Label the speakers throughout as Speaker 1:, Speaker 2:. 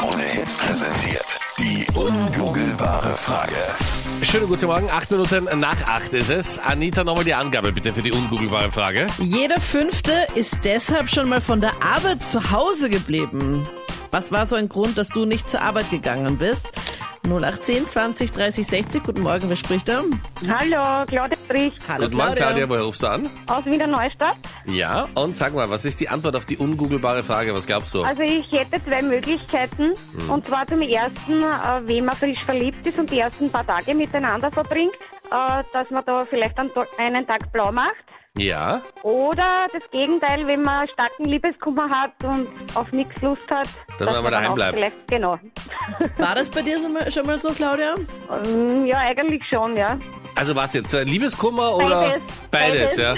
Speaker 1: Wissenschaft präsentiert. Die ungoogelbare Frage.
Speaker 2: Schönen guten Morgen, acht Minuten nach acht ist es. Anita, nochmal die Angabe bitte für die ungoogelbare Frage.
Speaker 3: Jeder Fünfte ist deshalb schon mal von der Arbeit zu Hause geblieben. Was war so ein Grund, dass du nicht zur Arbeit gegangen bist? 0810 20 30 60. Guten Morgen, wer spricht da?
Speaker 4: Hallo, Claudia Frisch
Speaker 3: Hallo,
Speaker 2: Guten Morgen, Claudia, woher rufst du an?
Speaker 4: aus Wiener Neustadt.
Speaker 2: Ja, und sag mal, was ist die Antwort auf die ungoogelbare Frage? Was glaubst du?
Speaker 4: Also ich hätte zwei Möglichkeiten.
Speaker 2: Hm.
Speaker 4: Und zwar zum ersten, äh, wenn man frisch verliebt ist und die ersten paar Tage miteinander verbringt, äh, dass man da vielleicht einen, To- einen Tag blau macht.
Speaker 2: Ja,
Speaker 4: Oder das Gegenteil, wenn man starken Liebeskummer hat und auf nichts Lust hat.
Speaker 2: Dann
Speaker 4: dass
Speaker 2: einmal
Speaker 4: man
Speaker 2: daheim
Speaker 4: auch
Speaker 2: bleibt.
Speaker 4: vielleicht- Genau.
Speaker 3: War das bei dir schon mal, schon mal so, Claudia?
Speaker 4: Ähm, ja, eigentlich schon, ja.
Speaker 2: also was jetzt, äh, Liebeskummer oder
Speaker 4: Beides.
Speaker 2: ja.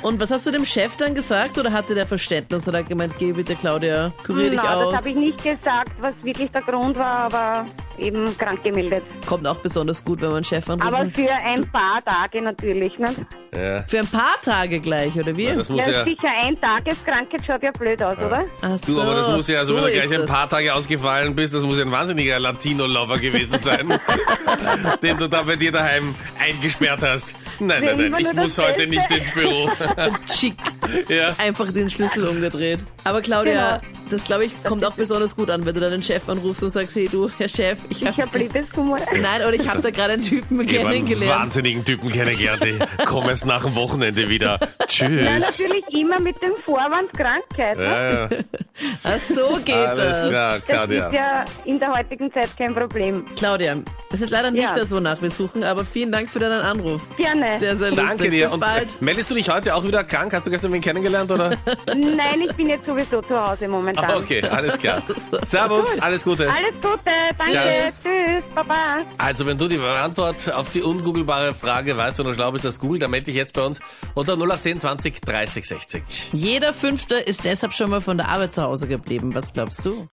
Speaker 3: Und was hast du dem Chef dann gesagt oder hatte der Verständnis oder hat gemeint, geh bitte, Claudia, kurier dich
Speaker 4: Hm, Na,
Speaker 3: aus?
Speaker 4: das habe ich nicht gesagt, was wirklich der Grund war, aber eben krank gemeldet.
Speaker 3: Kommt auch besonders gut, wenn man einen Chef anruft.
Speaker 4: Aber für ein paar Tage natürlich. Ne?
Speaker 2: ja.
Speaker 3: Für ein paar Tage gleich, oder wie?
Speaker 2: Na, Das muss
Speaker 4: Ja,
Speaker 2: ja.
Speaker 4: sicher, ein Tageskrankheit schaut ja blöd aus, oder?
Speaker 3: Ach
Speaker 2: Du, aber das
Speaker 3: so,
Speaker 2: muss ja, also wenn
Speaker 3: so
Speaker 2: du
Speaker 3: ist
Speaker 2: gleich ein
Speaker 3: es.
Speaker 2: paar Tage ausgefallen bist, das muss ja ein wahnsinniger Latino-Lover gewesen sein, den du da bei dir daheim eingesperrt hast. Nein,
Speaker 4: Wenn
Speaker 2: nein,
Speaker 4: man
Speaker 2: nein, ich
Speaker 4: nur das
Speaker 2: muss heute
Speaker 4: Beste-
Speaker 2: nicht ins Büro.
Speaker 3: Schick.
Speaker 2: ja.
Speaker 3: Einfach den Schlüssel umgedreht. Aber Claudia,
Speaker 4: Genau.
Speaker 3: das glaube ich, kommt auch besonders gut an, wenn du deinen Chef anrufst und sagst, hey du, Herr Chef, ich
Speaker 4: Ich habe
Speaker 3: habe...
Speaker 4: Liebeskummer.
Speaker 3: Nein, oder ich habe da gerade einen Typen
Speaker 2: Ich habe einen
Speaker 3: kennengelernt.
Speaker 2: wahnsinnigen Typen kennengelernt. Ich komme erst nach dem Wochenende wieder.
Speaker 4: Ja,
Speaker 2: Tschüss.
Speaker 4: natürlich immer mit dem Vorwand Krankheit. ne?
Speaker 2: Ja, ja.
Speaker 3: Ach, so geht
Speaker 2: Alles
Speaker 3: das.
Speaker 2: klar,
Speaker 4: Das ist
Speaker 2: Claudia.
Speaker 4: ja in der heutigen Zeit kein Problem.
Speaker 3: Claudia, es ist leider nicht
Speaker 4: Ja. Äh.
Speaker 3: das, wonach wir suchen, aber vielen Dank für deinen Anruf.
Speaker 4: Gerne.
Speaker 3: Sehr, sehr lustig.
Speaker 2: Danke dir.
Speaker 3: Bis
Speaker 2: Und äh,
Speaker 3: bald.
Speaker 2: meldest du dich heute auch wieder krank? Hast du gestern wen kennengelernt oder?
Speaker 4: Nein, ich bin jetzt sowieso zu Hause momentan.
Speaker 2: Ah, okay, alles klar. Servus, alles Gute.
Speaker 4: Alles Gute, danke,
Speaker 2: Tschüss.
Speaker 4: tschüss, baba.
Speaker 2: Also, wenn du die Antwort auf die ungoogelbare Frage weißt und du schlau bist, das Google, dann melde dich jetzt bei uns unter 0810 20 30 60.
Speaker 3: Jeder Fünfte ist deshalb schon mal von der Arbeit zu Hause geblieben. Was glaubst du?